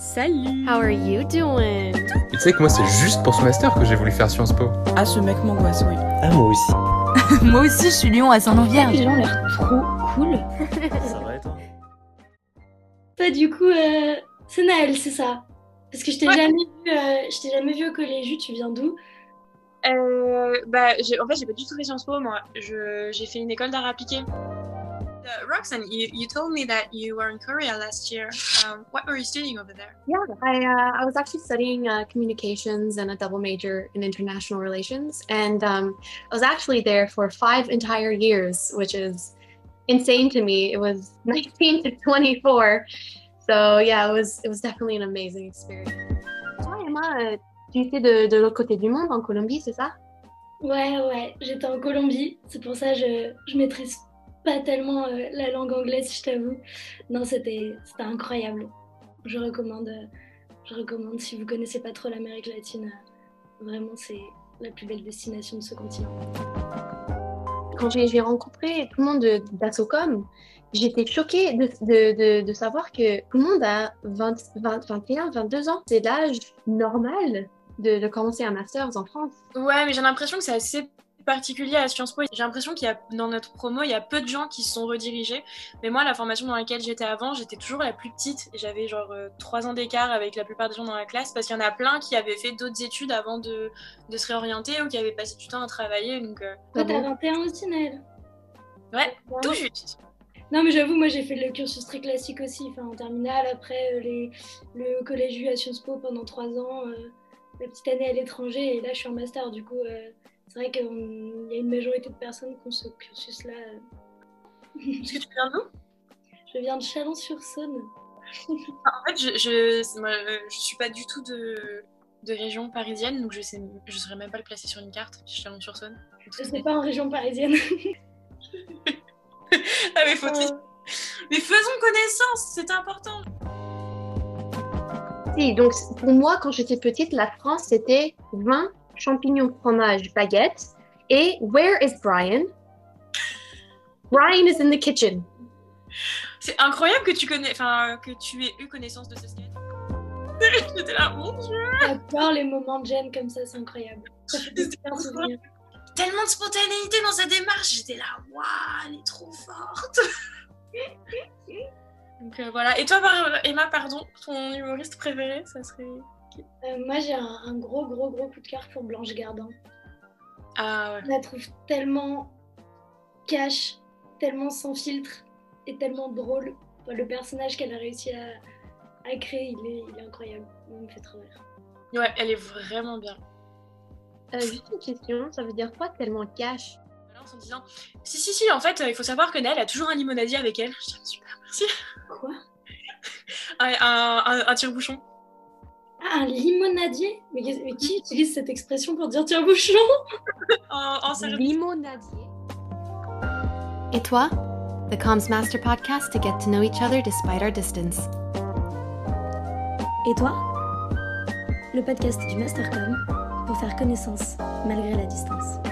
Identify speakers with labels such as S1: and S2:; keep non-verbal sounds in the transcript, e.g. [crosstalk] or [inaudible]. S1: Salut
S2: How are you doing?
S3: Et tu sais que moi, c'est juste pour ce master que j'ai voulu faire Sciences Po.
S1: Ah, ce mec m'angoisse, oui.
S4: Ah, moi aussi.
S5: Moi aussi, je suis lion ascendant vierge.
S6: Ils ont l'air trop cool.
S4: Ça va être.
S7: Bah du coup, euh, c'est Naël, c'est ça. Parce que je t'ai jamais vu, euh, je t'ai jamais vu au collège. Tu viens d'où
S8: Euh, bah, j'ai- en fait, j'ai pas du tout fait Sciences Po, moi. Je, j'ai fait une école d'art appliqué. Uh, Roxanne, you, you told me that you were in Korea last year. Um, what were you studying over there?
S2: Yeah, I, uh, I was actually studying uh, communications and a double major in international relations. And um, I was actually there for five entire years, which is insane to me. It was [laughs] 19 to 24. So yeah, it was, it was definitely an amazing experience. Toi, Emma, euh, tu étais de, de l'autre côté du monde, en Colombie, c'est ça?
S7: Ouais, ouais. J'étais en Colombie. C'est pour ça que je, je maîtrise pas tellement euh, la langue anglaise, je t'avoue. Non, c'était, c'était incroyable. Je recommande, euh, je recommande si vous connaissez pas trop l'Amérique latine. euh, vraiment, c'est la plus belle destination de ce continent.
S2: quand j'ai j'ai rencontré tout le monde de- d'Assocom, j'étais choquée de, de- de- de savoir que tout le monde a 20, 20, 21, 22 ans. C'est l'âge normal de, de commencer un master en France.
S8: Ouais, mais j'ai l'impression que c'est assez particulier à Sciences Po. J'ai l'impression qu'il y a, dans notre promo, il y a peu de gens qui se sont redirigés. Mais moi, la formation dans laquelle j'étais avant, j'étais toujours la plus petite. Et J'avais genre 3 ans d'écart avec la plupart des gens dans la classe parce qu'il y en a plein qui avaient fait d'autres études avant de, de se réorienter ou qui avaient passé du temps à travailler. Donc, euh,
S7: Toi,
S2: Ah
S7: t'as
S2: bon
S7: 21 aussi, Naël
S8: ouais, tout juste.
S7: Non, mais j'avoue, moi j'ai fait le cursus très classique aussi, enfin en terminale, après euh, les, le collège U à Sciences Po pendant trois ans, euh, la petite année à l'étranger, et là je suis en master, du coup euh, c'est vrai qu'il y a une majorité de personnes qui ont ce cursus-là. euh.
S8: Est-ce que tu viens de nous
S7: Je viens de Chalon-sur-Saône.
S8: En fait, je, je, c'est- moi, euh, je suis pas du tout de, de région parisienne, donc je sais, je saurais même pas le placer sur une carte, Chalon-sur-Saône.
S7: Je sais pas en région parisienne. [laughs]
S8: Ah, mais, faut mais faisons connaissance, c'est important.
S2: Si, donc c- pour moi, quand j'étais petite, la France, c'était 20 champignons, fromage, baguette. Et where is Brian? Brian is in the kitchen.
S8: C'est incroyable que tu connais, enfin, que tu aies eu connaissance de ce skate. [laughs] J'étais là, mon dieu.
S7: J'adore les moments de gêne comme ça, c'est incroyable. Ça fait des super souvenirs.
S8: Tellement de spontanéité dans sa démarche, j'étais là, waouh, elle est trop forte. [laughs] donc euh, voilà. Et toi, par- Emma, pardon, ton humoriste préféré, ça serait.
S7: Euh, moi j'ai un, un gros, gros, gros coup de cœur pour Blanche Gardin.
S8: Ah ouais.
S7: Je la trouve tellement cash, tellement sans filtre et tellement drôle. Enfin, le personnage qu'elle a réussi à, à créer, il est, il est incroyable. Il me fait trop rire.
S8: Ouais, elle est vraiment bien.
S2: Euh, juste une question, ça veut dire quoi tellement cash?
S8: Voilà, en se disant si si si en fait euh, il faut savoir que Naël a toujours un limonadier avec elle [laughs] Je dis, Ah, super merci
S7: Quoi
S8: un, un- un- un tire-bouchon
S7: Ah, un limonadier mais, qu'est- mais qui utilise cette expression pour dire tiens bouchon
S8: en, en série de-
S2: Limonadier. Et toi? The Comms Master Podcast to get to know each other despite our distance.
S6: Et toi Le podcast du Mastercom pour faire connaissance malgré la distance.